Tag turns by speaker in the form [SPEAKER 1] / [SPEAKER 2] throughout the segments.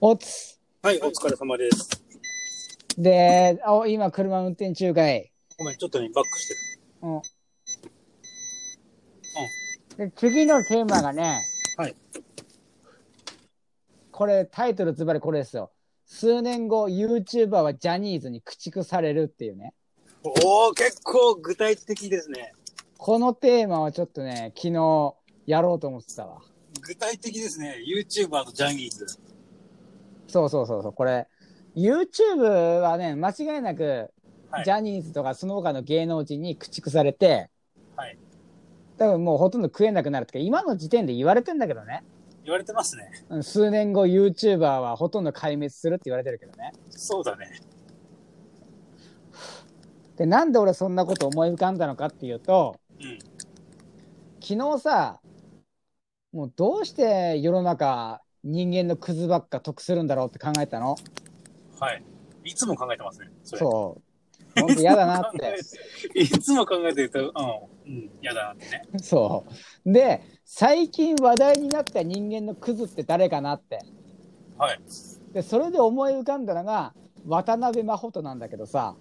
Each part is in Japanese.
[SPEAKER 1] おつ。
[SPEAKER 2] はい、お疲れ様です。
[SPEAKER 1] で、あ、今車運転中かい。
[SPEAKER 2] ごめん、ちょっとね、バックしてる。
[SPEAKER 1] うん。で、次のテーマがね。
[SPEAKER 2] はい。
[SPEAKER 1] これ、タイトルズバリこれですよ。数年後、YouTuber はジャニーズに駆逐されるっていうね。
[SPEAKER 2] おー、結構具体的ですね。
[SPEAKER 1] このテーマはちょっとね、昨日やろうと思ってたわ。
[SPEAKER 2] 具体的ですね。YouTuber とジャニーズ。
[SPEAKER 1] そうそうそうそう、これ、YouTube はね、間違いなく、
[SPEAKER 2] はい
[SPEAKER 1] ジャニーズとかその他の芸能人に駆逐されて、
[SPEAKER 2] はい
[SPEAKER 1] 多分もうほとんど食えなくなるとか、今の時点で言われてんだけどね。
[SPEAKER 2] 言われてますね。
[SPEAKER 1] うん数年後 YouTuber はほとんど壊滅するって言われてるけどね。
[SPEAKER 2] そうだね。
[SPEAKER 1] で、なんで俺そんなこと思い浮かんだのかっていうと、
[SPEAKER 2] うん。
[SPEAKER 1] 昨日さ、もうどうして世の中人間のクズばっか得するんだろうって考えたの。
[SPEAKER 2] はい。いつも考えてますね。それ
[SPEAKER 1] そう。ほんと嫌だなって。
[SPEAKER 2] いつも考えてると、うん、うん、やだなってね。
[SPEAKER 1] そう。で、最近話題になった人間のクズって誰かなって。
[SPEAKER 2] はい。
[SPEAKER 1] で、それで思い浮かんだのが、渡辺真帆なんだけどさ。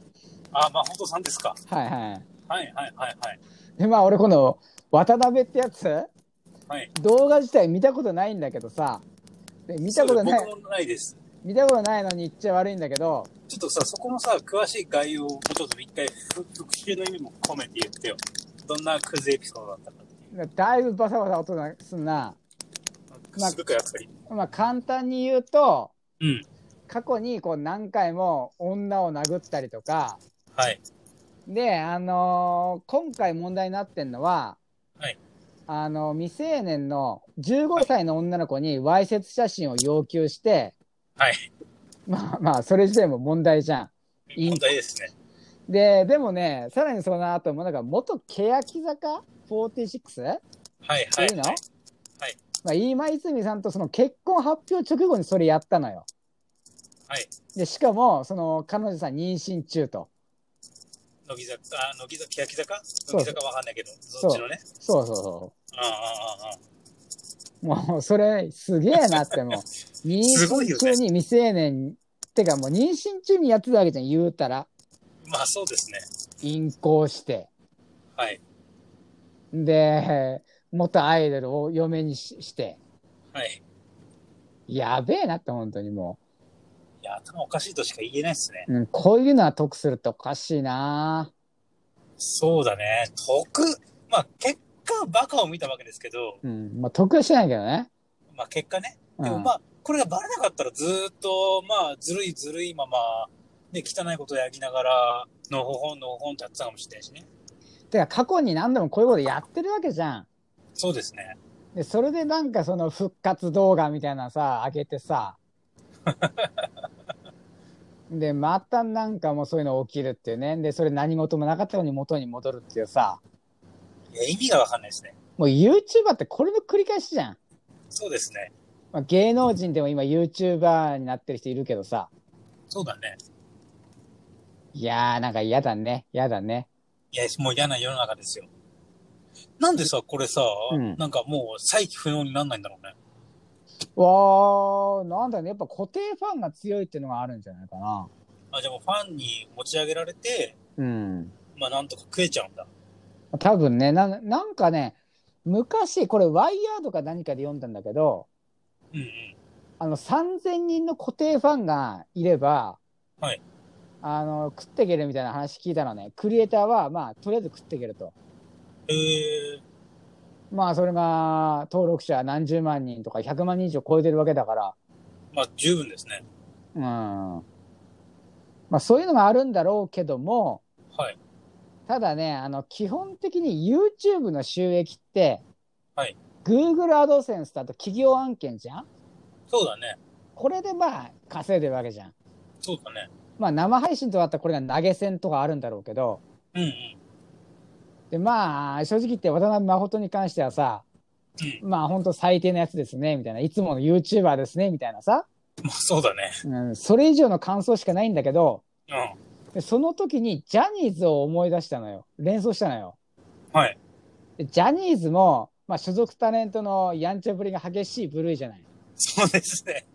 [SPEAKER 2] あ、まあ、本当さんですか。
[SPEAKER 1] はいは
[SPEAKER 2] はい、はい、はい、はい。
[SPEAKER 1] い。で、まあ俺この渡辺ってやつ、
[SPEAKER 2] はい。
[SPEAKER 1] 動画自体見たことないんだけどさ。で見たことない、
[SPEAKER 2] 僕もないです。
[SPEAKER 1] 見たことないのに言っちゃ悪いんだけど、
[SPEAKER 2] ちょっとさ、そこのさ、詳しい概要をちょっと一回、ふ復習の意味も込めて言ってよ。どんなクズエピソードだったかっていう。
[SPEAKER 1] だいぶバサバサ音がすんな。
[SPEAKER 2] くすぐくやっぱり。
[SPEAKER 1] まあ簡単に言うと、
[SPEAKER 2] うん。
[SPEAKER 1] 過去にこう何回も女を殴ったりとか、
[SPEAKER 2] はい。
[SPEAKER 1] で、あのー今回問題になってんのは、
[SPEAKER 2] はい
[SPEAKER 1] あの未成年の15歳の女の子にわいせつ写真を要求して、
[SPEAKER 2] はい。
[SPEAKER 1] まあまあ、それ自体も問題じゃいい
[SPEAKER 2] 問題ですね。
[SPEAKER 1] ん。で、でもね、さらにその後も、なんか元欅坂 46? っ
[SPEAKER 2] はい、
[SPEAKER 1] て
[SPEAKER 2] はいい。
[SPEAKER 1] うの、
[SPEAKER 2] はい
[SPEAKER 1] まあ、今泉さんとその結婚発表直後にそれやったのよ。
[SPEAKER 2] はい。
[SPEAKER 1] で、しかも、その彼女さん妊娠中と。
[SPEAKER 2] 乃木坂、あ、乃木坂、欅坂
[SPEAKER 1] う
[SPEAKER 2] 乃木坂わかんないけど、そっちのね。
[SPEAKER 1] そうそうそ
[SPEAKER 2] ああ、ああ、ああ。
[SPEAKER 1] う。もう、それ、すげえなって、 もう。妊
[SPEAKER 2] すごい
[SPEAKER 1] 娠
[SPEAKER 2] よ
[SPEAKER 1] 中
[SPEAKER 2] ね
[SPEAKER 1] に未成年、ってかもう妊娠中にやってたわけじゃん、言うたら。
[SPEAKER 2] まあ、そうですね。
[SPEAKER 1] 淫行して。
[SPEAKER 2] はい。
[SPEAKER 1] で、元アイドルを嫁にしして。
[SPEAKER 2] はい。
[SPEAKER 1] やべえなって、本当にも
[SPEAKER 2] いや、頭おかしいとしか言えないですね。
[SPEAKER 1] う。うん、こういうのは得するとおかしいな
[SPEAKER 2] そうだね。得。まあ、結果、バカを見たわけですけど、
[SPEAKER 1] うん、まあ得はしてないけどね。
[SPEAKER 2] まあ、結果ね。
[SPEAKER 1] うん、
[SPEAKER 2] でもまあ、これがバレなかったらずーっと、まあ、ずるいずるいまま、ね、汚いことをやりながら、のほほんのほほんってやってたかもしれないしね。
[SPEAKER 1] てか過去に何度もこういうことやってるわけじゃん。
[SPEAKER 2] そうですね。
[SPEAKER 1] で、それでなんかその復活動画みたいなのさ、上げて さ。で、またなんかもうそういうの起きるっていうね。で、それ何事もなかったように元に戻るっていうさ。
[SPEAKER 2] いや、意味がわかんないですね。
[SPEAKER 1] もう YouTuber ってこれの繰り返しじゃん。
[SPEAKER 2] そうですね。
[SPEAKER 1] まあ、芸能人でも今 YouTuber になってる人いるけどさ。
[SPEAKER 2] そうだね。
[SPEAKER 1] いやーなんか嫌だね。嫌だね。
[SPEAKER 2] いや、もう嫌な世の中ですよ。なんでさ、これさ、
[SPEAKER 1] うん
[SPEAKER 2] なんかもう再起不能になんないんだろうね。
[SPEAKER 1] わー、なんだろうね。やっぱ固定ファンが強いっていうのがあるんじゃないかな。
[SPEAKER 2] あ、じゃあもうファンに持ち上げられて、
[SPEAKER 1] うん。
[SPEAKER 2] まあなんとか食えちゃうんだ。
[SPEAKER 1] 多分ね、ななんかね、昔、これワイヤードか何かで読んだんだけど、
[SPEAKER 2] うんうん。
[SPEAKER 1] あの3000人の固定ファンがいれば、
[SPEAKER 2] はい
[SPEAKER 1] あの食っていけるみたいな話聞いたのね、クリエイターは、まあ、とりあえず食っていけると、
[SPEAKER 2] えー、
[SPEAKER 1] まあ、それが登録者何十万人とか100万人以上超えてるわけだから、
[SPEAKER 2] まあ十分ですね。
[SPEAKER 1] うんまあ、そういうのがあるんだろうけども、
[SPEAKER 2] はい。
[SPEAKER 1] ただね、あの基本的に YouTube の収益って、
[SPEAKER 2] はい、
[SPEAKER 1] Google AdSense だと企業案件じゃん
[SPEAKER 2] そうだね。
[SPEAKER 1] これでまあ稼いでるわけじゃん。
[SPEAKER 2] そうだね。
[SPEAKER 1] まあ生配信とかだったらこれが投げ銭とかあるんだろうけど、
[SPEAKER 2] うん うん。
[SPEAKER 1] でまあ正直言って渡辺誠に関してはさ、まあ本当最低なやつですねみたいな、いつもの YouTuber ですねみたいなさ、
[SPEAKER 2] まあそうだね。
[SPEAKER 1] うん、それ以上の感想しかないんだけど、
[SPEAKER 2] う
[SPEAKER 1] でその時にジャニーズを思い出したのよ。連想したのよ。
[SPEAKER 2] ん。はい。
[SPEAKER 1] でジャニーズも、まあ所属タレントのやんちゃぶりが激しい部類じゃない。
[SPEAKER 2] そうですね。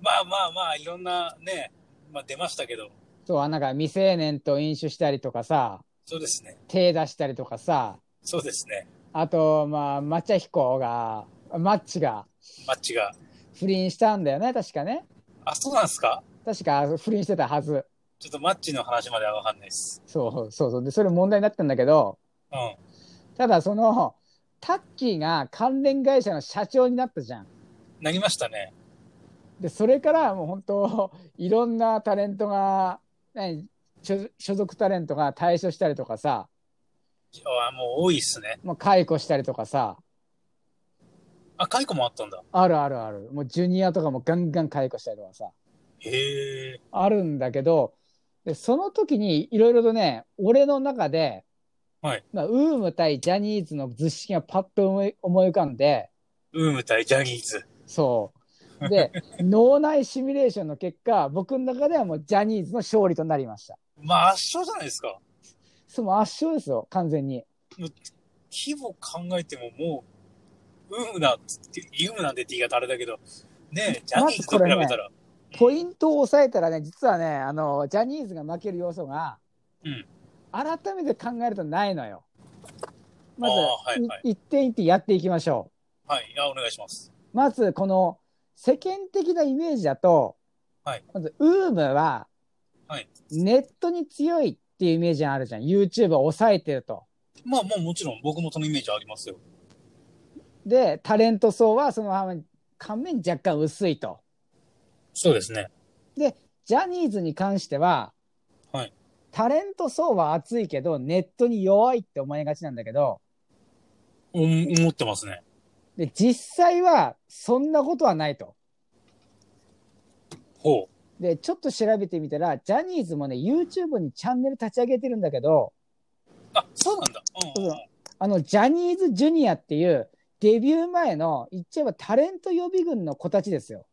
[SPEAKER 2] まあまあまあ、いろんなね、まあ出ましたけど、
[SPEAKER 1] そう、あなんか未成年と飲酒したりとかさ、
[SPEAKER 2] そうですね。
[SPEAKER 1] 手出したりとかさ、
[SPEAKER 2] そうですね。
[SPEAKER 1] あと、まあ、抹茶彦が、マッチが
[SPEAKER 2] マッチが。
[SPEAKER 1] 不倫したんだよね、確かね。
[SPEAKER 2] あ、そうなんですか
[SPEAKER 1] 確か不倫してたはず。
[SPEAKER 2] ちょっとマッチの話まではわかんないです。
[SPEAKER 1] そうそうそう。で、それ問題になったんだけど、
[SPEAKER 2] うん。
[SPEAKER 1] ただその、タッキーが関連会社の社長になったじゃん。
[SPEAKER 2] なりましたね。
[SPEAKER 1] で、それからもう本当、 いろんなタレントが、何所所属タレントが退所したりとかさ、
[SPEAKER 2] あもう多いっすね。
[SPEAKER 1] もう解雇したりとかさ、
[SPEAKER 2] あ、解雇もあったんだ。
[SPEAKER 1] あるあるある。もうジュニアとかもガンガン解雇したりとかさ、
[SPEAKER 2] へえ。
[SPEAKER 1] あるんだけど、でその時にいろいろとね、俺の中で、
[SPEAKER 2] はい
[SPEAKER 1] まあ、ウーム対ジャニーズの図式がパッと思い思い浮かんで、
[SPEAKER 2] ウーム対ジャニーズ。
[SPEAKER 1] そう。 で、脳内シミュレーションの結果、僕の中ではもうジャニーズの勝利となりました。
[SPEAKER 2] まあ圧勝じゃないですか。
[SPEAKER 1] その圧勝ですよ、完全に。
[SPEAKER 2] 規模考えてももう、ウームだっつって、ユームなんてって言い方あれだけど、ねえ、ジャニーズと比べたら、
[SPEAKER 1] ポイントを抑えたらね、実はね、あの、ジャニーズが負ける要素が、
[SPEAKER 2] うん
[SPEAKER 1] 改めて考えるとないのよ。まず、
[SPEAKER 2] あーはいはい
[SPEAKER 1] い一点一点やっていきましょ
[SPEAKER 2] はい、あ、お願いします。
[SPEAKER 1] う。まず、この、世間的なイメージだと、
[SPEAKER 2] はい
[SPEAKER 1] まず、ウームは、
[SPEAKER 2] はい
[SPEAKER 1] ネットに強いっていうイメージがあるじゃん。YouTuber を抑えてると。
[SPEAKER 2] まあもうもちろん僕もそのイメージありますよ。
[SPEAKER 1] で、タレント層はその反面反面若干薄いと。
[SPEAKER 2] そうですね。
[SPEAKER 1] ジャニーズに関しては、
[SPEAKER 2] はい
[SPEAKER 1] タレント層は熱いけど、ネットに弱いって思いがちなんだけど、
[SPEAKER 2] お思ってますね。
[SPEAKER 1] で、実際はそんなことはないと。
[SPEAKER 2] ほ
[SPEAKER 1] で、ちょっと調べてみたら、ジャニーズもね、YouTube にチャンネル立ち上げてるんだけど、
[SPEAKER 2] う。あ、そうなんだ。うんうんうん。
[SPEAKER 1] あの、ジャニーズジュニアっていう、デビュー前の、言っちゃえばタレント予備軍の子たちですよ。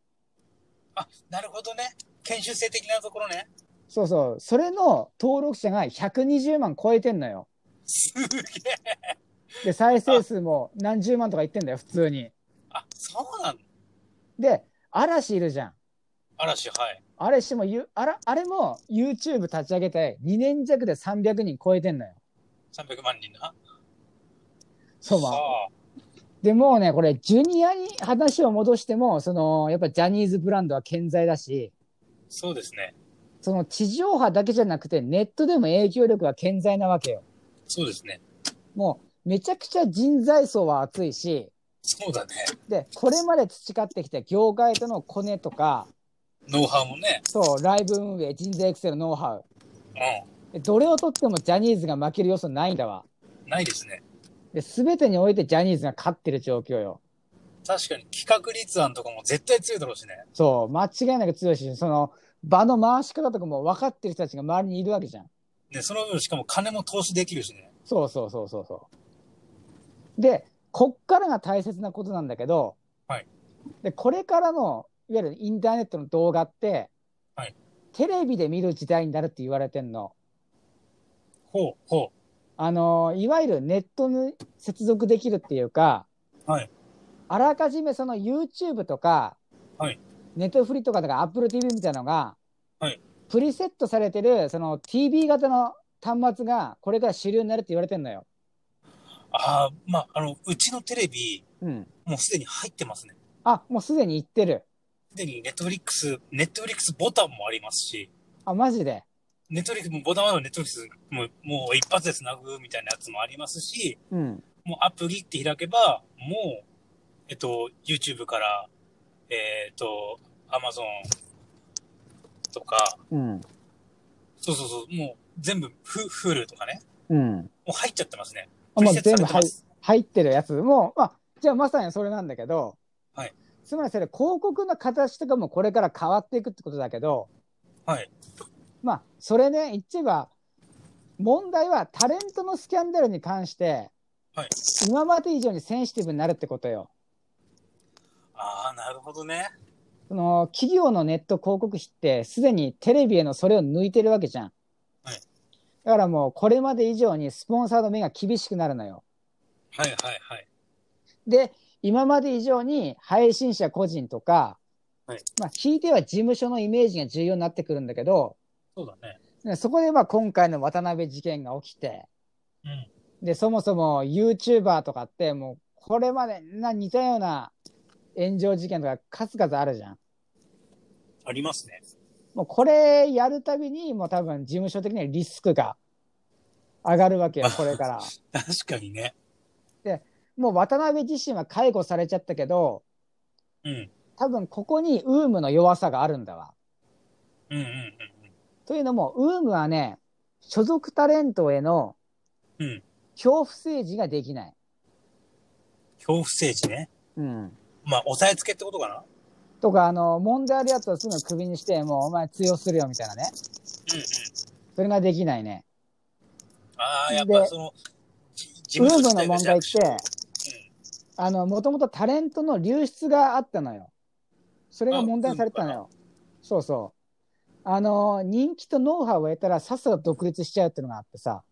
[SPEAKER 2] あ、なるほどね。研修生的なところね。
[SPEAKER 1] そうそう。それの登録者が120万超えてんのよ。
[SPEAKER 2] すげえ。
[SPEAKER 1] で、再生数も何十万とか言ってんだよ、普通に。
[SPEAKER 2] あ、そうなんだ。
[SPEAKER 1] で、嵐いるじゃん。
[SPEAKER 2] 嵐、はい。
[SPEAKER 1] 嵐もゆ、あら、あれも YouTube 立ち上げて2年弱で300人超えてんのよ。
[SPEAKER 2] 300万人な。
[SPEAKER 1] そうま
[SPEAKER 2] さ
[SPEAKER 1] あ。
[SPEAKER 2] あ
[SPEAKER 1] でもうね、これ、ジュニアに話を戻しても、その、やっぱジャニーズブランドは健在だし、
[SPEAKER 2] そうですね。
[SPEAKER 1] その地上波だけじゃなくて、ネットでも影響力が健在なわけよ。
[SPEAKER 2] そうですね。
[SPEAKER 1] もう、めちゃくちゃ人材層は厚いし、
[SPEAKER 2] そうだね。
[SPEAKER 1] で、これまで培ってきた業界とのコネとか、
[SPEAKER 2] ノウハウもね。
[SPEAKER 1] そう、ライブ運営、人材育成のノウハウ、
[SPEAKER 2] う
[SPEAKER 1] どれを取ってもジャニーズが負ける要素ないんだわ。
[SPEAKER 2] ん。ないですね。
[SPEAKER 1] で、全てにおいてジャニーズが勝ってる状況よ。
[SPEAKER 2] 確かに企画立案とかも絶対強いだろうしね。
[SPEAKER 1] そう、間違いなく強いし、その、場の回し方とかも分かってる人たちが周りにいるわけじゃん。
[SPEAKER 2] ね、その分しかも金も投資できるしね。
[SPEAKER 1] そうそうそうそうそう。で、こっからが大切なことなんだけど、
[SPEAKER 2] はい
[SPEAKER 1] で、これからの、いわゆるインターネットの動画って、
[SPEAKER 2] はい
[SPEAKER 1] テレビで見る時代になるって言われてんの。
[SPEAKER 2] ほう、ほ
[SPEAKER 1] あのいわゆるネットに接続できるっていうか、
[SPEAKER 2] はい
[SPEAKER 1] あらかじめその YouTube とか、
[SPEAKER 2] はい
[SPEAKER 1] ネットフリとかとか Apple TV みたいなのが、
[SPEAKER 2] はい
[SPEAKER 1] プリセットされてるその TV 型の端末がこれから主流になるって言われてんのよ。
[SPEAKER 2] う。ああ、まあ、あの、うちのテレビ、
[SPEAKER 1] うん、
[SPEAKER 2] もうすでに入ってますね。
[SPEAKER 1] あもうすでに言ってる。
[SPEAKER 2] すでにネットフリックス、ネットフリックスボタンもありますし、
[SPEAKER 1] あマジで。
[SPEAKER 2] ネットフリックスもボタンはネットフリックスももう一発で繋ぐみたいなやつもありますし、
[SPEAKER 1] うん、
[SPEAKER 2] もうアプリって開けば、もう、えっと、YouTube から、えーっと、Amazon とか、
[SPEAKER 1] うん、
[SPEAKER 2] そうそうそう、もう全部フ、フルとかね、
[SPEAKER 1] うん。
[SPEAKER 2] もう入っちゃってますね。
[SPEAKER 1] あもう
[SPEAKER 2] プリセ
[SPEAKER 1] 全
[SPEAKER 2] ット
[SPEAKER 1] 部
[SPEAKER 2] され
[SPEAKER 1] 入
[SPEAKER 2] てます
[SPEAKER 1] 入ってるやつも、まあ、じゃあまさにそれなんだけど、
[SPEAKER 2] はい
[SPEAKER 1] つまりそれ広告の形とかもこれから変わっていくってことだけど、
[SPEAKER 2] はい。
[SPEAKER 1] まあ、それね、言っちゃえば、問題はタレントのスキャンダルに関して、
[SPEAKER 2] はい
[SPEAKER 1] 今まで以上にセンシティブになるってことよ。
[SPEAKER 2] ああ、なるほどね。
[SPEAKER 1] その企業のネット広告費って、すでにテレビへのそれを抜いてるわけじゃん。
[SPEAKER 2] はい
[SPEAKER 1] だからもう、これまで以上にスポンサーの目が厳しくなるのよ。
[SPEAKER 2] はいはいはい。
[SPEAKER 1] で、今まで以上に配信者個人とか、
[SPEAKER 2] はい
[SPEAKER 1] まあ、ひいては事務所のイメージが重要になってくるんだけど、
[SPEAKER 2] そうだね。
[SPEAKER 1] そこでまあ今回の渡辺事件が起きて、
[SPEAKER 2] うん。
[SPEAKER 1] で、そもそも YouTuber とかって、もう、これまでな似たような炎上事件とか数々あるじゃん。
[SPEAKER 2] ありますね。
[SPEAKER 1] もうこれやるたびに、もう多分事務所的にはリスクが上がるわけ よ、これから。
[SPEAKER 2] 確かにね。
[SPEAKER 1] もう渡辺自身は解雇されちゃったけど、
[SPEAKER 2] うん。
[SPEAKER 1] 多分ここにウームの弱さがあるんだわ。
[SPEAKER 2] うんうんうん
[SPEAKER 1] というのも、ウームはね、所属タレントへの
[SPEAKER 2] うん。うん。
[SPEAKER 1] 恐怖政治ができない。
[SPEAKER 2] 恐怖政治ね。
[SPEAKER 1] うん。
[SPEAKER 2] まあ、押さえつけってことかな
[SPEAKER 1] とか、あの、問題あるやつをすぐクビにして、もうお前通用するよみたいなね。
[SPEAKER 2] うんうん。
[SPEAKER 1] それができないね。
[SPEAKER 2] ああ、やっ
[SPEAKER 1] で
[SPEAKER 2] ぱその、じ事
[SPEAKER 1] ウー
[SPEAKER 2] 務所
[SPEAKER 1] ム
[SPEAKER 2] 自
[SPEAKER 1] の
[SPEAKER 2] 体が
[SPEAKER 1] 問題っ
[SPEAKER 2] 弱
[SPEAKER 1] て
[SPEAKER 2] 小、
[SPEAKER 1] あの、もともとタレントの流出があったのよ。それが問題にされてたのよ。そうそう。あの、人気とノウハウを得たらさっさと独立しちゃうっていうのがあってさ、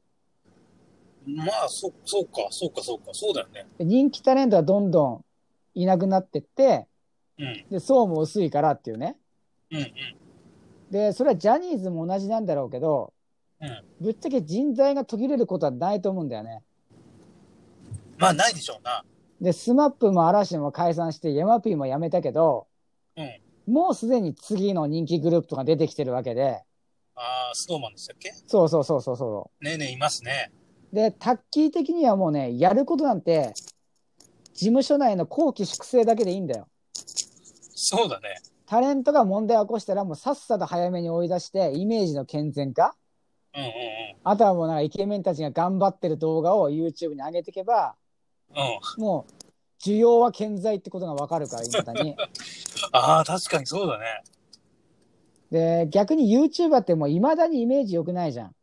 [SPEAKER 2] うんまあ、そ、そうか、そうか、そうか、そうだよね。
[SPEAKER 1] で人気タレントはどんどんいなくなってって、
[SPEAKER 2] うん。
[SPEAKER 1] で、層も薄いからっていうね。
[SPEAKER 2] うんうん。
[SPEAKER 1] で、それはジャニーズも同じなんだろうけど、
[SPEAKER 2] うん
[SPEAKER 1] ぶっちゃけ人材が途切れることはないと思うんだよね。
[SPEAKER 2] まあ、ないでしょうな。
[SPEAKER 1] で、スマップも嵐も解散して、ヤマピーも辞めたけど、
[SPEAKER 2] うん
[SPEAKER 1] もうすでに次の人気グループとか出てきてるわけで、
[SPEAKER 2] ああ、スノーマンでしたっけ
[SPEAKER 1] そうそうそうそうそ
[SPEAKER 2] ねえねえ、いますね。
[SPEAKER 1] う。で、タッキー的にはもうね、やることなんて、事務所内の後期粛清だけでいいんだよ。
[SPEAKER 2] そうだね。
[SPEAKER 1] タレントが問題を起こしたら、もうさっさと早めに追い出して、イメージの健全化
[SPEAKER 2] うんうん
[SPEAKER 1] あとはもうなんかイケメンたちが頑張ってる動画を YouTube に上げていけば、
[SPEAKER 2] うん。うん。
[SPEAKER 1] もう、需要は健在ってことがわかるから、いまだに。
[SPEAKER 2] ああ、確かにそうだね。
[SPEAKER 1] で、逆に YouTuber ってもういまだにイメージ良くないじゃん。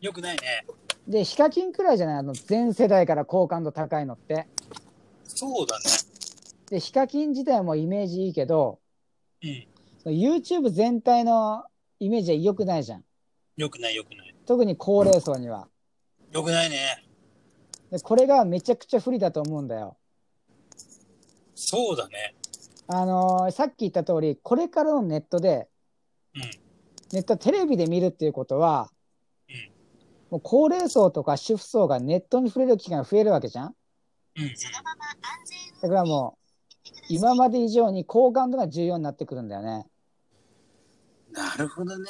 [SPEAKER 2] よくないね。
[SPEAKER 1] で、ヒカキンくらいじゃないあの、全世代から好感度高いのって。
[SPEAKER 2] そうだ
[SPEAKER 1] で、ヒカキン自体もイメージいいけど、
[SPEAKER 2] ね。
[SPEAKER 1] その YouTube 全体のイメージは良くないじゃん。
[SPEAKER 2] うん。よくない、よくない。
[SPEAKER 1] 特に高齢層には。
[SPEAKER 2] よくないね。
[SPEAKER 1] で、これがめちゃくちゃ不利だと思うんだよ。
[SPEAKER 2] そうだね。
[SPEAKER 1] あのーさっき言った通り、これからのネットで、
[SPEAKER 2] うん
[SPEAKER 1] ネットテレビで見るっていうことは、
[SPEAKER 2] うん
[SPEAKER 1] もう高齢層とか主婦層がネットに触れる機会が増えるわけじゃん
[SPEAKER 2] うんうん。
[SPEAKER 1] だからもう、今まで以上に好感度が重要になってくるんだよね。
[SPEAKER 2] なるほどね。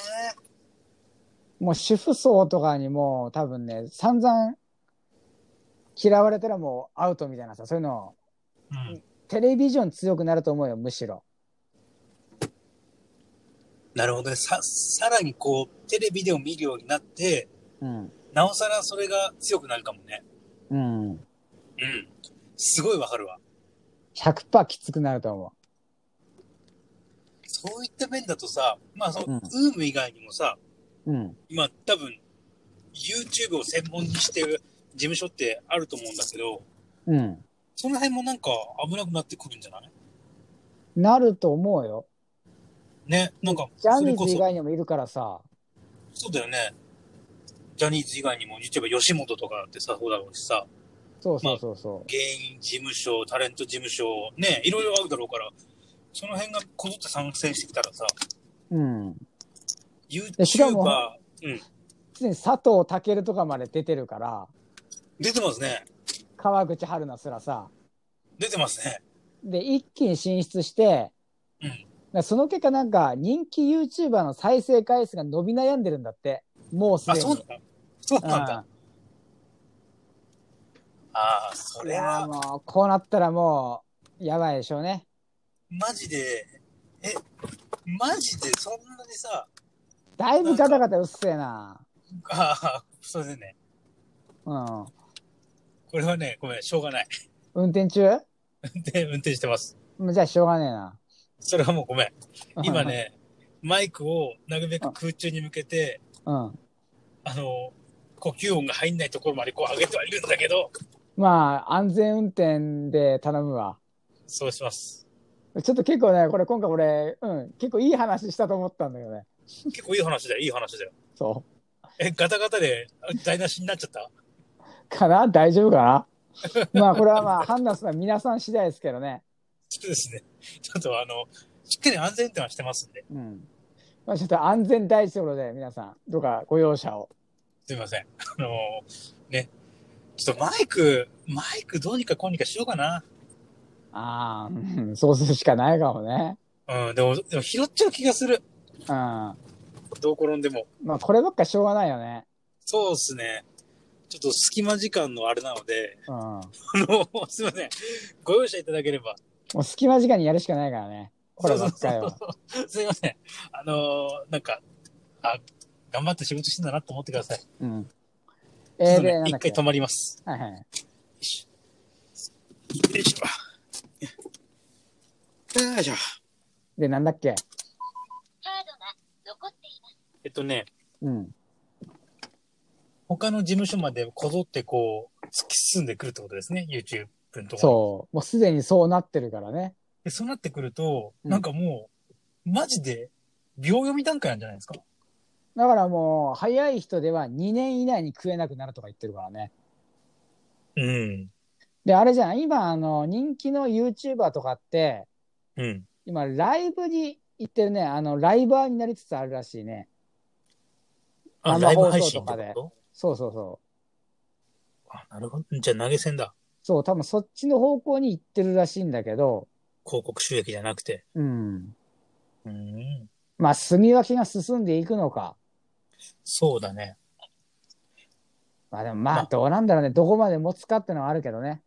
[SPEAKER 1] もう主婦層とかにもう多分ね、散々嫌われたらもうアウトみたいなさ、そういうの、
[SPEAKER 2] うん。
[SPEAKER 1] テレビ以上に強くなると思うよ、むしろ。
[SPEAKER 2] なるほどね。さ、さらにこう、テレビでを見るようになって、
[SPEAKER 1] うん。
[SPEAKER 2] なおさらそれが強くなるかもね。
[SPEAKER 1] うん。
[SPEAKER 2] うん。すごいわかるわ。
[SPEAKER 1] 100%きつくなると思
[SPEAKER 2] そういった面だとさ、まあ、その、
[SPEAKER 1] う
[SPEAKER 2] ウーム以外にもさ、
[SPEAKER 1] う。うん。
[SPEAKER 2] 今多分、YouTube を専門にしてる事務所ってあると思うんだけど、
[SPEAKER 1] うん。
[SPEAKER 2] その辺もなんか危なくなってくるんじゃない
[SPEAKER 1] なると思うよ。
[SPEAKER 2] ね、なんか、
[SPEAKER 1] ジャ
[SPEAKER 2] そ
[SPEAKER 1] ニ
[SPEAKER 2] れ
[SPEAKER 1] ー
[SPEAKER 2] こ
[SPEAKER 1] ズ以
[SPEAKER 2] そ、
[SPEAKER 1] 外にもいるからさ。
[SPEAKER 2] そうだよね。ジャニーズ以外にも、例えば吉本とかってさ、そうだろうしさ、
[SPEAKER 1] そうそうそうそ
[SPEAKER 2] 芸人事務所、タレント事務所、ね、いろいろあるだろうから、その辺がこぞって参戦してきたらさ、
[SPEAKER 1] う。うん。しか
[SPEAKER 2] YouTuber
[SPEAKER 1] も、すでに佐藤健とかまで出てるから、
[SPEAKER 2] 出てますね。
[SPEAKER 1] 川口春奈すらさ。
[SPEAKER 2] 出てますね。
[SPEAKER 1] で、一気に進出して、
[SPEAKER 2] うん
[SPEAKER 1] だからその結果なんか人気 YouTuber の再生回数が伸び悩んでるんだって。もうすで
[SPEAKER 2] あ、
[SPEAKER 1] に。
[SPEAKER 2] そうなのそうなん
[SPEAKER 1] う
[SPEAKER 2] だ
[SPEAKER 1] ん。
[SPEAKER 2] ああ、そ
[SPEAKER 1] い
[SPEAKER 2] れ
[SPEAKER 1] やー
[SPEAKER 2] は、
[SPEAKER 1] もう、こうなったらもう、やばいでしょうね。
[SPEAKER 2] マジで、え、マジでそんなにさ、
[SPEAKER 1] だいぶガタガタうっせえな。
[SPEAKER 2] ああ、そうですね。
[SPEAKER 1] うん。
[SPEAKER 2] これはね、ごめん、しょうがない。
[SPEAKER 1] 運転中
[SPEAKER 2] で、運転してます。
[SPEAKER 1] うんじゃあしょうがねえな。
[SPEAKER 2] それはもうごめん。今。ね、マイクをなるべく空中に向けて、
[SPEAKER 1] うん。
[SPEAKER 2] あの、呼吸音が入んないところまでこう上げてはいるんだけど、
[SPEAKER 1] まあ、安全運転で頼むわ。
[SPEAKER 2] そうします。
[SPEAKER 1] ちょっと結構ね、これ今回俺、うん、結構いい話したと思ったんだけどね。
[SPEAKER 2] 結構いい話だよ、いい話だよ。
[SPEAKER 1] そ
[SPEAKER 2] え、ガタガタであ台無しになっちゃった
[SPEAKER 1] う。かな大丈夫か まあ、これはまあ、判断するのは皆さん次第ですけどね。
[SPEAKER 2] そうですね。ちょっとあの、しっかり安全運転はしてますんで、
[SPEAKER 1] うん。まあ、ちょっと安全第一ということで、皆さん、どうかご容赦を。
[SPEAKER 2] すいません。あのね。ちょっとマイク、マイクどうにかこうにかしようかな。
[SPEAKER 1] ああ、うんそうするしかないかもね。
[SPEAKER 2] うん、でも、でも拾っちゃう気がする。
[SPEAKER 1] うん。ま
[SPEAKER 2] どう転んでも。
[SPEAKER 1] あ、こればっかしょうがないよね。
[SPEAKER 2] そうですね。ちょっと隙間時間のあれなので、
[SPEAKER 1] うん。も
[SPEAKER 2] あの、すいません。ご容赦いただければ。
[SPEAKER 1] う隙間時間にやるしかないからね。こればっかりは。
[SPEAKER 2] すいません。あのなんか、あ、頑張って仕事してんだなと思ってください。
[SPEAKER 1] うん。
[SPEAKER 2] ちょっ
[SPEAKER 1] え
[SPEAKER 2] と
[SPEAKER 1] ー、
[SPEAKER 2] ね
[SPEAKER 1] で、なん
[SPEAKER 2] 一
[SPEAKER 1] だっ
[SPEAKER 2] 回
[SPEAKER 1] け。
[SPEAKER 2] 止まります。
[SPEAKER 1] はいはい。
[SPEAKER 2] よいしょ。よいしょ。
[SPEAKER 1] で、なんだっ
[SPEAKER 3] カ
[SPEAKER 1] け。
[SPEAKER 3] ードが残っています。
[SPEAKER 2] えっとね、
[SPEAKER 1] うん。
[SPEAKER 2] 他の事務所までこぞってこう、突き進んでくるってことですね、YouTube のところ。
[SPEAKER 1] そう。もうすでにそうなってるからね。
[SPEAKER 2] で、そうなってくると、
[SPEAKER 1] うん
[SPEAKER 2] なんかもう、マジで、秒読み段階なんじゃないですか
[SPEAKER 1] だからもう、早い人では2年以内に食えなくなるとか言ってるからね。
[SPEAKER 2] うん。
[SPEAKER 1] で、あれじゃん、今、あの、人気の YouTuber とかって、
[SPEAKER 2] うん。
[SPEAKER 1] 今、ライブに行ってるね、あの、ライバーになりつつあるらしいね。
[SPEAKER 2] あ、
[SPEAKER 1] 生
[SPEAKER 2] ライブ
[SPEAKER 1] 放
[SPEAKER 2] 配
[SPEAKER 1] 送
[SPEAKER 2] 信
[SPEAKER 1] と
[SPEAKER 2] っ
[SPEAKER 1] か
[SPEAKER 2] て
[SPEAKER 1] で
[SPEAKER 2] こと
[SPEAKER 1] そうそうそう。
[SPEAKER 2] あ、なるほど。じゃあ投げ銭だ。
[SPEAKER 1] そう、多分そっちの方向に行ってるらしいんだけど、
[SPEAKER 2] 広告収益じゃなくて。
[SPEAKER 1] うん。
[SPEAKER 2] うん。
[SPEAKER 1] まあ、住み分けが進んでいくのか。
[SPEAKER 2] そうだね。
[SPEAKER 1] まあでもま
[SPEAKER 2] まあ
[SPEAKER 1] あ、どうなんだろうね。どこまで持つかってのはあるけどね。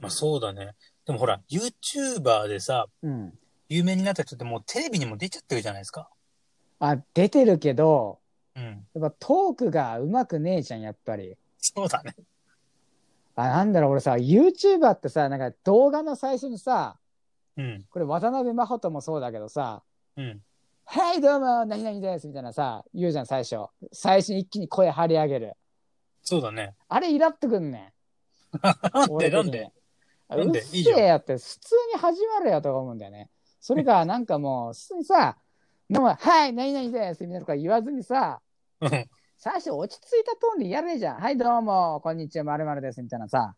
[SPEAKER 2] まあそうだね。でもほら、YouTuber でさ、
[SPEAKER 1] うん。
[SPEAKER 2] 有名になった人ってもうテレビにも出ちゃってるじゃないですか。
[SPEAKER 1] あ、出てるけど、
[SPEAKER 2] うん。
[SPEAKER 1] やっぱトークがうまくねえじゃん、やっぱり。
[SPEAKER 2] そうだね。
[SPEAKER 1] あ、なんだろう、俺さ、YouTuber ってさ、なんか動画の最初にさ、
[SPEAKER 2] うん。
[SPEAKER 1] これ渡辺真帆ともそうだけどさ、
[SPEAKER 2] うん。
[SPEAKER 1] はい、どうも、何々です、みたいなさ、言うじゃん、最初。最初に一気に声張り上げる。
[SPEAKER 2] そうだね。
[SPEAKER 1] あれ、イラっとくんね。
[SPEAKER 2] なんんでなんで
[SPEAKER 1] 俺
[SPEAKER 2] なんで
[SPEAKER 1] 的
[SPEAKER 2] いい
[SPEAKER 1] に
[SPEAKER 2] じ
[SPEAKER 1] ね
[SPEAKER 2] ゃ
[SPEAKER 1] うんっせえやって、普通に始まるよとか思うんだよね。それか、なんかもう、普通にさ、どうも、はい、何々です、みたいなとか言わずにさ、
[SPEAKER 2] うん。
[SPEAKER 1] 最初落ち着いたトーンでやるじゃん。はい、どうも、こんにちは、まるまるです、みたいなさ。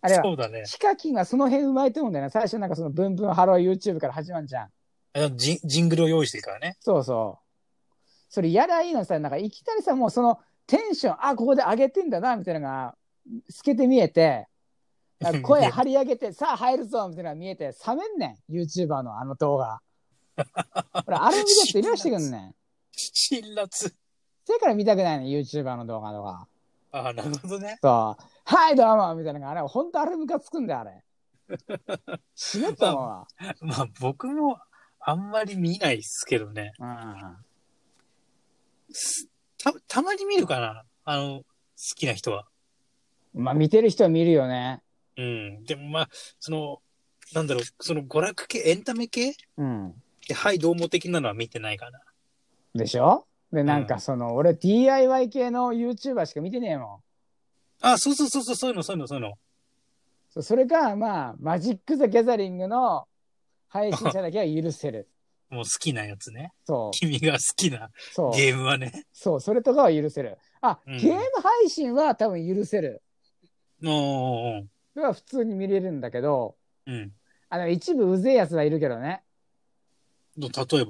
[SPEAKER 1] あれは、
[SPEAKER 2] そうだね。
[SPEAKER 1] ヒカキンがその辺うまいと思うんだよね。最初なんかそのブンブンハロー YouTube から始まるじゃん。
[SPEAKER 2] あジンジングルを用意してるからね。
[SPEAKER 1] そうそう。それやらいいのにさ、なんかいきなりさ、もうそのテンション、あ、ここで上げてんだな、みたいなのが透けて見えて、なんか声張り上げて、さあ入るぞ、みたいなのが見えて、冷めんねん。YouTuber のあの動画。俺、あれ見たって許してくんねん。
[SPEAKER 2] 辛辣。
[SPEAKER 1] それから見たくないねん、YouTuber の動画とか。
[SPEAKER 2] ああ、なるほどね。
[SPEAKER 1] そう。はい、どうもみたいなのが、あれ、ほんとあれムカつくんだよ、あれ。死ぬと思うわ。
[SPEAKER 2] まあ僕もあんまり見ないっすけどね。
[SPEAKER 1] うん。
[SPEAKER 2] た、たまに見るかなあの、好きな人は。
[SPEAKER 1] まあ、見てる人は見るよね。
[SPEAKER 2] うん。でもまあ、その、なんだろう、その娯楽系、エンタメ系
[SPEAKER 1] うん。
[SPEAKER 2] ではい、どうも的なのは見てないかな。
[SPEAKER 1] でしょで、
[SPEAKER 2] ん
[SPEAKER 1] なんかその、俺 DIY 系の YouTuber しか見てねえもん
[SPEAKER 2] あ、そうそうそうそう、そういうの、そういうの、そういうの。
[SPEAKER 1] そ。それか、まあ、マジック・ザ・ギャザリングの配信者だけは許せる。
[SPEAKER 2] もう好きなやつね。
[SPEAKER 1] そう、
[SPEAKER 2] 君が好きな
[SPEAKER 1] そう、
[SPEAKER 2] ゲームはね。
[SPEAKER 1] そう、それとかは許せる。あ、
[SPEAKER 2] うん
[SPEAKER 1] ゲーム配信は多分許せる。
[SPEAKER 2] うん。
[SPEAKER 1] それは普通に見れるんだけど、
[SPEAKER 2] うん。
[SPEAKER 1] あの、一部うぜえやつはいるけどね。
[SPEAKER 2] ど例え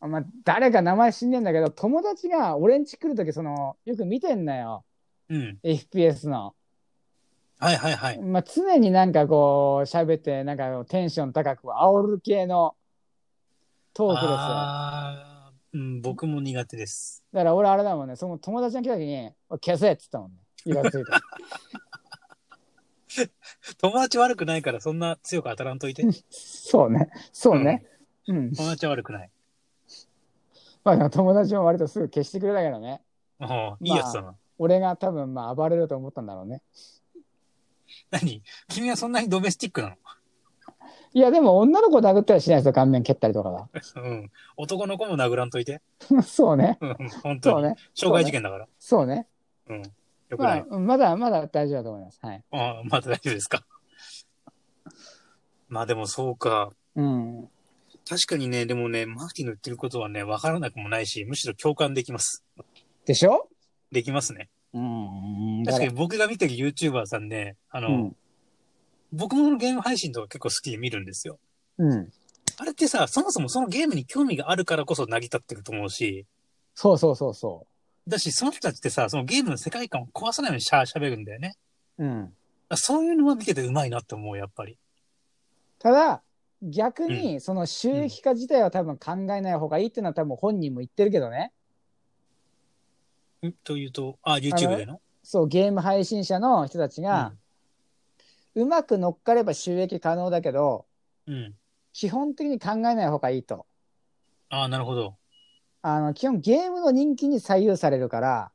[SPEAKER 2] ば。
[SPEAKER 1] まあ、誰か名前死んでんだけど、友達が俺ん家来るとき、その、よく見てんのよ。
[SPEAKER 2] うん。
[SPEAKER 1] FPS の。
[SPEAKER 2] はいはいはい。
[SPEAKER 1] まあ、常になんかこう喋ってなんかテンション高く煽る系のトークですよだか
[SPEAKER 2] あーうん、僕も苦手です。
[SPEAKER 1] ら俺あれだもんねその友達が来た時に「おい消せ」っつったもんね言わついた
[SPEAKER 2] 友達悪くないからそんな強く当たらんといて。
[SPEAKER 1] そうねそうねうん、
[SPEAKER 2] 友達は悪くない。
[SPEAKER 1] まあでも友達も割とすぐ消してくれたけどね
[SPEAKER 2] もういいやつだな。
[SPEAKER 1] 俺が多分まあ暴れると思ったんだろうね
[SPEAKER 2] 何君はそんなにドメスティックなの
[SPEAKER 1] いやでも女の子殴ったりしないですよ顔面蹴ったりとかは
[SPEAKER 2] うん。男の子も殴らんといて。
[SPEAKER 1] そうね
[SPEAKER 2] うん、本当
[SPEAKER 1] そ
[SPEAKER 2] に。
[SPEAKER 1] うね
[SPEAKER 2] 傷害事件だから。
[SPEAKER 1] そうね
[SPEAKER 2] うん。よく
[SPEAKER 1] ま
[SPEAKER 2] な
[SPEAKER 1] あ
[SPEAKER 2] い。
[SPEAKER 1] うんまだまだ大丈夫だと思いますはい
[SPEAKER 2] ああ、まだ大丈夫ですか。まあでもそうか。
[SPEAKER 1] うん
[SPEAKER 2] 確かにね、でもね、マーティンの言ってることはね、わからなくもないし、むしろ共感できます。
[SPEAKER 1] でしょ
[SPEAKER 2] できますね。
[SPEAKER 1] うん。
[SPEAKER 2] 確かに
[SPEAKER 1] に。
[SPEAKER 2] 僕が見てる YouTuber さんね、あの、
[SPEAKER 1] うん。
[SPEAKER 2] 僕もゲーム配信とか結構好きで見るんですよ。
[SPEAKER 1] うん。
[SPEAKER 2] あれってさ、そもそもそのゲームに興味があるからこそ成り立ってると思うし、
[SPEAKER 1] そうそうそうそ
[SPEAKER 2] だし、その人たちってさ、そのゲームの世界観を壊さないようにしゃ喋るんだよね。
[SPEAKER 1] う。うん。
[SPEAKER 2] そういうのは見ててうまいなって思う、やっぱり。
[SPEAKER 1] ただ、逆に、その収益化自体は多分考えない方がいいっていうのは多分本人も言ってるけどね。
[SPEAKER 2] んというと、あ、YouTube での
[SPEAKER 1] そう、ゲーム配信者の人たちが、うまく乗っかれば収益可能だけど、
[SPEAKER 2] うん。うん。
[SPEAKER 1] 基本的に考えない方がいいと。
[SPEAKER 2] ああ、なるほど。
[SPEAKER 1] あの、基本ゲームの人気に左右されるから、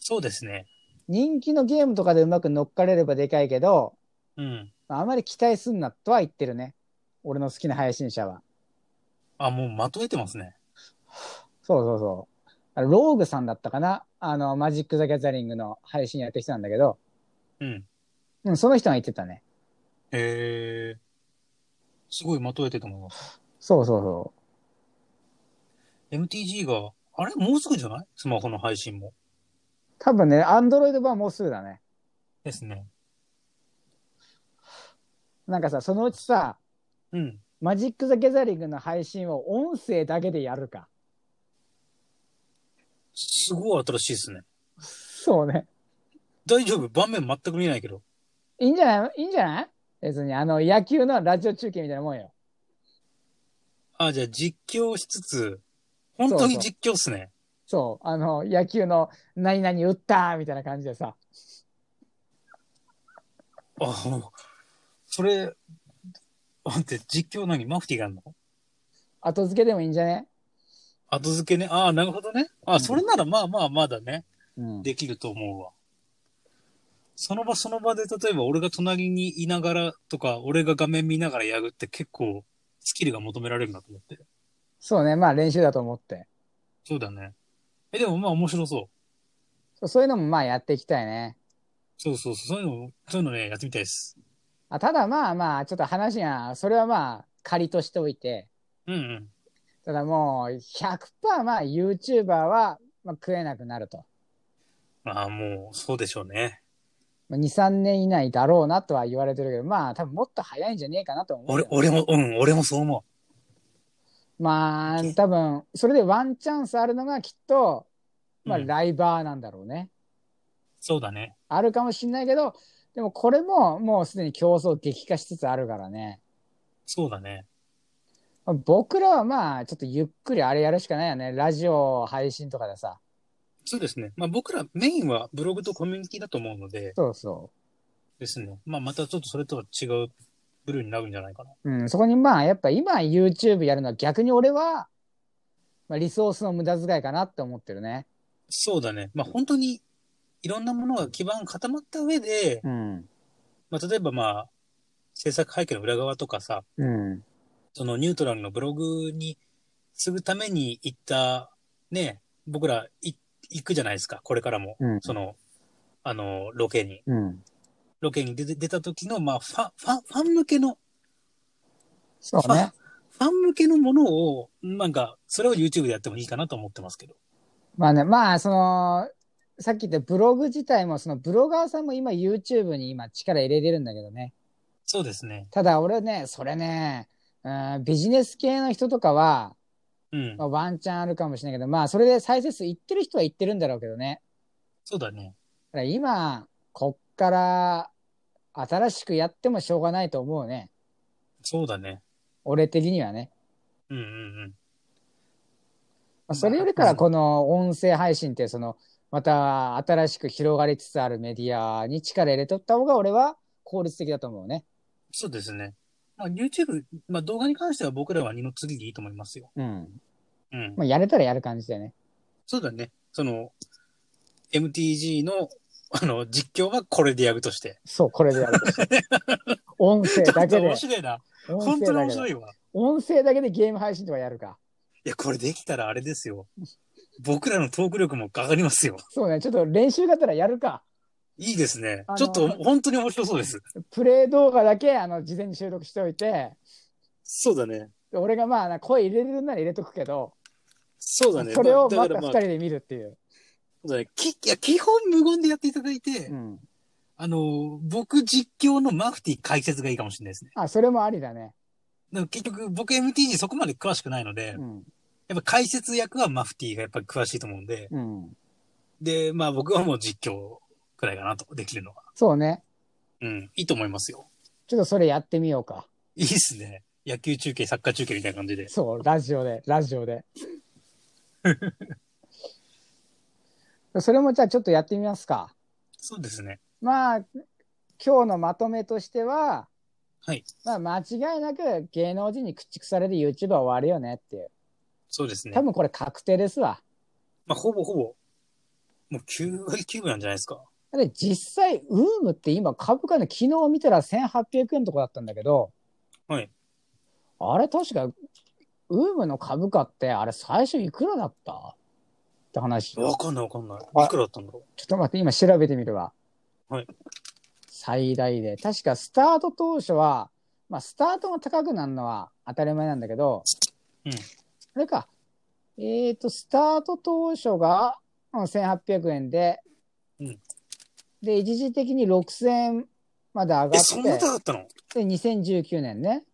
[SPEAKER 2] そうですね。
[SPEAKER 1] 人気のゲームとかでうまく乗っかれればでかいけど、
[SPEAKER 2] うん。
[SPEAKER 1] あまり期待すんなとは言ってるね。俺の好きな配信者は。
[SPEAKER 2] あ、もうまとえてますね。
[SPEAKER 1] そうそうそう。あのローグさんだったかなあの、マジック・ザ・ギャザリングの配信やってきたんだけど、
[SPEAKER 2] うん。
[SPEAKER 1] うん、その人が言ってたね。
[SPEAKER 2] へえ。すごいまとえてると思います。
[SPEAKER 1] そうそうそ
[SPEAKER 2] MTG が、あれもうすぐじゃないスマホの配信も。
[SPEAKER 1] う。多分ね、アンドロイド版もうすぐだね。
[SPEAKER 2] ですね。
[SPEAKER 1] なんかさ、そのうちさ、
[SPEAKER 2] うん。
[SPEAKER 1] マジック・ザ・ギャザリングの配信を音声だけでやるか。
[SPEAKER 2] すごい新しいですね。
[SPEAKER 1] そうね。
[SPEAKER 2] 大丈夫盤面全く見えないけど。
[SPEAKER 1] いいんじゃないいいんじゃない別に、あの、野球のラジオ中継みたいなもんよ。
[SPEAKER 2] あ、じゃあ実況しつつ、本当に実況っすね。
[SPEAKER 1] そう、あの、野球の何々打ったーみたいな感じでさ。
[SPEAKER 2] あ、もう、それ、待って、実況何マフティーがあるの
[SPEAKER 1] 後付けでもいいんじゃね
[SPEAKER 2] 後付けね。ああ、なるほどね。あ、
[SPEAKER 1] うん
[SPEAKER 2] それならまあまあまだね、
[SPEAKER 1] うん。
[SPEAKER 2] できると思うわ。その場その場で、例えば俺が隣にいながらとか、俺が画面見ながらやるって結構、スキルが求められるなと思って。
[SPEAKER 1] そうね、まあ練習だと思って。
[SPEAKER 2] そうだね。え、でもまあ面白そう。
[SPEAKER 1] そうそういうのもまあやっていきたいね。
[SPEAKER 2] そうそうそう、そういうの、そういうのね、やってみたいです。
[SPEAKER 1] あただまあまあ、ちょっと話が、それはまあ仮としておいて、
[SPEAKER 2] うんうん。
[SPEAKER 1] ただもう100%まあ YouTuber は、まあ、食えなくなると。
[SPEAKER 2] まあもう、そうでしょうね。
[SPEAKER 1] まあ2、3年以内だろうなとは言われてるけど、まあ多分もっと早いんじゃねえかなと思う
[SPEAKER 2] 俺
[SPEAKER 1] よ。、
[SPEAKER 2] 俺も、うん、俺もそう思
[SPEAKER 1] まあ多分、それでワンチャンスあるのがきっと、
[SPEAKER 2] う。
[SPEAKER 1] まあ
[SPEAKER 2] うん
[SPEAKER 1] ライバーなんだろうね。
[SPEAKER 2] そうだね。
[SPEAKER 1] あるかもしれないけど、でもこれももうすでに競争激化しつつあるからね。
[SPEAKER 2] そうだね。
[SPEAKER 1] まあ僕らはまあ、ちょっとゆっくりあれやるしかないよね。ラジオ配信とかでさ。
[SPEAKER 2] そうですね。まあ僕らメインはブログとコミュニティだと思うので、
[SPEAKER 1] そうそ
[SPEAKER 2] ですね。まあまたちょっとそれとは違うブルーになるんじゃないかな。
[SPEAKER 1] う。うん、そこにまあ、やっぱ今 YouTube やるのは逆に俺は、まあ、リソースの無駄遣いかなって思ってるね。
[SPEAKER 2] そうだね。まあ本当にいろんなものが基盤固まった上で、
[SPEAKER 1] うん。
[SPEAKER 2] まあ例えばまあ、制作背景の裏側とかさ、
[SPEAKER 1] うん。
[SPEAKER 2] そのニュートラルのブログにすぐために行った、ね、僕らい行くじゃないですか、これからも。
[SPEAKER 1] うん。
[SPEAKER 2] その、あの、ロケに。
[SPEAKER 1] うん。
[SPEAKER 2] ロケに出て出た時の、まあ、ファン、ファン、ファン向けの、
[SPEAKER 1] そう ね。
[SPEAKER 2] ファン向けのものを、なんか、それを YouTube でやってもいいかなと思ってますけど。
[SPEAKER 1] まあね、まあ、その、さっき言ったブログ自体も、そのブロガーさんも今 YouTube に今力入れてるんだけどね。
[SPEAKER 2] そうですね。
[SPEAKER 1] ただ俺ね、それね、うん、ビジネス系の人とかは、
[SPEAKER 2] うん
[SPEAKER 1] ま。あ、ワンチャンあるかもしれないけど、まあそれで再生数いってる人はいってるんだろうけどね。
[SPEAKER 2] そうだね。
[SPEAKER 1] だから今、こっから新しくやってもしょうがないと思うね。
[SPEAKER 2] そうだね。
[SPEAKER 1] 俺的にはね。
[SPEAKER 2] うんうんうん。
[SPEAKER 1] まあ、それよりからこの音声配信って、その、また新しく広がりつつあるメディアに力入れとった方が俺は効率的だと思うね。
[SPEAKER 2] そうですね。まあ、YouTube、まあ、動画に関しては僕らは二の次でいいと思いますよ。
[SPEAKER 1] うん。
[SPEAKER 2] うん。
[SPEAKER 1] まあ、やれたらやる感じだよね。
[SPEAKER 2] そうだね。その、MTG の、あの、実況はこれでやるとして。
[SPEAKER 1] そう、これでやる として。音声だけで。
[SPEAKER 2] 面白いな。
[SPEAKER 1] 音
[SPEAKER 2] 本
[SPEAKER 1] 声
[SPEAKER 2] 当に
[SPEAKER 1] だけ
[SPEAKER 2] 面
[SPEAKER 1] で
[SPEAKER 2] 白いわ。
[SPEAKER 1] 音声だけでゲーム配信とかやるか。
[SPEAKER 2] いや、これできたらあれですよ。僕らのトーク力も上がりますよ。
[SPEAKER 1] そうね、ちょっと練習がてらやるか。
[SPEAKER 2] いいですね
[SPEAKER 1] あ。の
[SPEAKER 2] ちょっと本当に面白そうです。
[SPEAKER 1] プレイ動画だけ、あの、事前に収録しておいて、
[SPEAKER 2] そうだね。
[SPEAKER 1] で俺がまあ、声入れれるなら入れとくけど、
[SPEAKER 2] そうだ
[SPEAKER 1] それを
[SPEAKER 2] だ
[SPEAKER 1] ま
[SPEAKER 2] か
[SPEAKER 1] た
[SPEAKER 2] ら
[SPEAKER 1] 二
[SPEAKER 2] ま
[SPEAKER 1] 人
[SPEAKER 2] あ
[SPEAKER 1] で見るっていう。
[SPEAKER 2] そうだねきいや基本無言でやっていただいて、
[SPEAKER 1] うん。
[SPEAKER 2] あの、僕実況のマフティー解説がいいかもしれないですね。
[SPEAKER 1] あ、それもありだね。
[SPEAKER 2] でも結局僕 MTG そこまで詳しくないので、
[SPEAKER 1] うん。
[SPEAKER 2] やっぱ解説役はマフティーがやっぱり詳しいと思うんで、
[SPEAKER 1] うん。
[SPEAKER 2] で、まあ僕はもう実況くらいかなと、できるのは。
[SPEAKER 1] そうね。
[SPEAKER 2] うん、いいと思いますよ。
[SPEAKER 1] ちょっとそれやってみようか。
[SPEAKER 2] いいっすね。野球中継、サッカー中継みたいな感じで。
[SPEAKER 1] そう、ラジオで、ラジオで。 それもじゃあちょっとやってみますか。
[SPEAKER 2] そうですね。
[SPEAKER 1] まあ、今日のまとめとしては、
[SPEAKER 2] はい。
[SPEAKER 1] まあ、間違いなく芸能人に駆逐される YouTuber は終わるよねっていう。
[SPEAKER 2] そうですね。
[SPEAKER 1] 多分これ確定ですわ。
[SPEAKER 2] まあほぼほぼ、もう9割9分なんじゃないですか。
[SPEAKER 1] だって実際、ウームって今株価の昨日見たら1800円とかだったんだけど、
[SPEAKER 2] はい。
[SPEAKER 1] あれ確か、ウームの株価ってあれ最初いくらだったって話。ちょ
[SPEAKER 2] わかんないわかんない。
[SPEAKER 1] はい
[SPEAKER 2] いくらだったんだろ
[SPEAKER 1] っと待って、今調べてみるわ。
[SPEAKER 2] はい。
[SPEAKER 1] 最大で。確かスタート当初は、まあスタートが高くなるのは当たり前なんだけど、
[SPEAKER 2] うん
[SPEAKER 1] あれか。えっ、と、スタート当初がうん1800円で、
[SPEAKER 2] うん
[SPEAKER 1] で、一時的に6000円まで上がっ
[SPEAKER 2] う。
[SPEAKER 1] て。
[SPEAKER 2] え、そんな高かったの
[SPEAKER 1] で、2019年ね。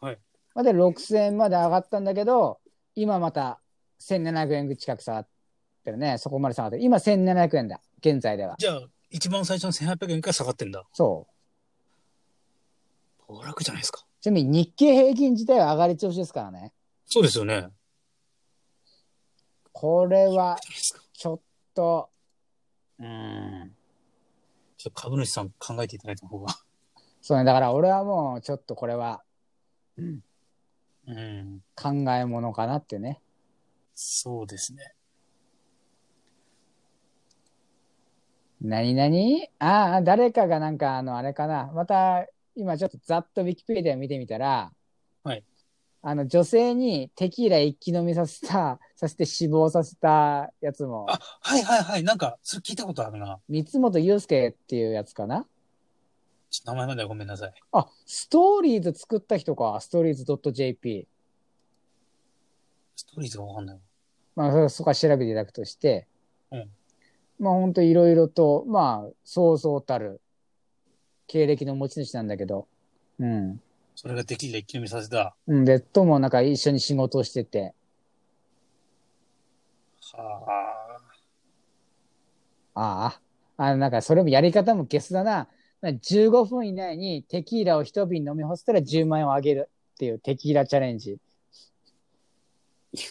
[SPEAKER 2] はい。
[SPEAKER 1] まで6000円まで上がったんだけど、今また1700円近く下がってるね。そこまで下がってる。今1700円だ。現在では。
[SPEAKER 2] じゃあ、一番最初の1800円から下がってんだ。
[SPEAKER 1] そう。
[SPEAKER 2] 暴落じゃないですか。
[SPEAKER 1] ちなみに日経平均自体は上がり調子ですからね。
[SPEAKER 2] そうですよね。
[SPEAKER 1] これは
[SPEAKER 2] じゃないですか。
[SPEAKER 1] ちょっと、うーん。
[SPEAKER 2] ちょっと株主さん考えていただいた方が。
[SPEAKER 1] そうね。だから俺はもうちょっとこれは
[SPEAKER 2] うん。
[SPEAKER 1] 考えものかなってね。
[SPEAKER 2] そうですね。
[SPEAKER 1] 何々ああ、誰かがなんか、あの、あれかな。また、今ちょっとざっとウィキペディア見てみたら、
[SPEAKER 2] はい。
[SPEAKER 1] あの、女性にテキーラ一気飲みさせた、 させて死亡させたやつも、
[SPEAKER 2] あ、はいはいはい。なんか、それ聞いたことあるな。
[SPEAKER 1] 三本祐介っていうやつかな。
[SPEAKER 2] ちょっと名前まではごめんなさい。
[SPEAKER 1] あ、ストーリーズ作った人か、ストーリーズ .jp。
[SPEAKER 2] ストーリーズがわかんない。
[SPEAKER 1] まあ、そそこは調べていただくとして、
[SPEAKER 2] うん
[SPEAKER 1] まあ、ほんといろいろと、まあ、そうそうたる経歴の持ち主なんだけど、うん。
[SPEAKER 2] それができるで一気飲みさせた。
[SPEAKER 1] うん、で、ともなんか一緒に仕事をしてて、
[SPEAKER 2] はあ。
[SPEAKER 1] ああ、あの、なんかそれもやり方もゲスだな。なんか15分以内にテキーラを一瓶飲み干したら10万円をあげるっていうテキーラチャレンジ。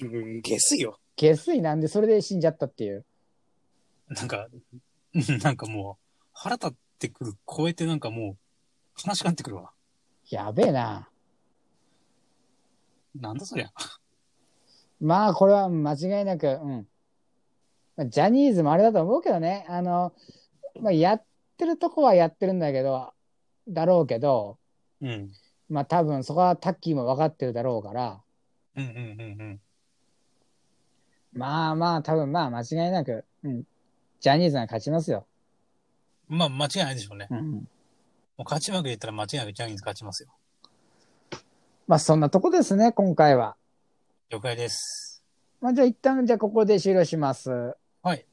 [SPEAKER 2] うん、ゲスよ。
[SPEAKER 1] 下水なんでそれで死んじゃったっていう。
[SPEAKER 2] なんか、 うんなんかもう、腹立ってくる、超えてなんかもう、悲しくなってくるわ。
[SPEAKER 1] やべえな。
[SPEAKER 2] なんだそりゃ。
[SPEAKER 1] まあ、これは間違いなく、うん。まあジャニーズもあれだと思うけどね。あの、まあ、やってるとこはやってるんだけど、だろうけど、
[SPEAKER 2] うん。
[SPEAKER 1] まあ多分そこはタッキーも分かってるだろうから、
[SPEAKER 2] うんうんうんうん。
[SPEAKER 1] まあまあ、多分まあ間違いなく、うん、ジャニーズが勝ちますよ。
[SPEAKER 2] まあ、間違いないでしょうね。
[SPEAKER 1] うん。
[SPEAKER 2] もう勝ち負け言ったら間違いなくジャニーズ勝ちますよ。
[SPEAKER 1] まあそんなとこですね、今回は。
[SPEAKER 2] 了解です。
[SPEAKER 1] まあじゃあ一旦、じゃあここで終了します。
[SPEAKER 2] はい。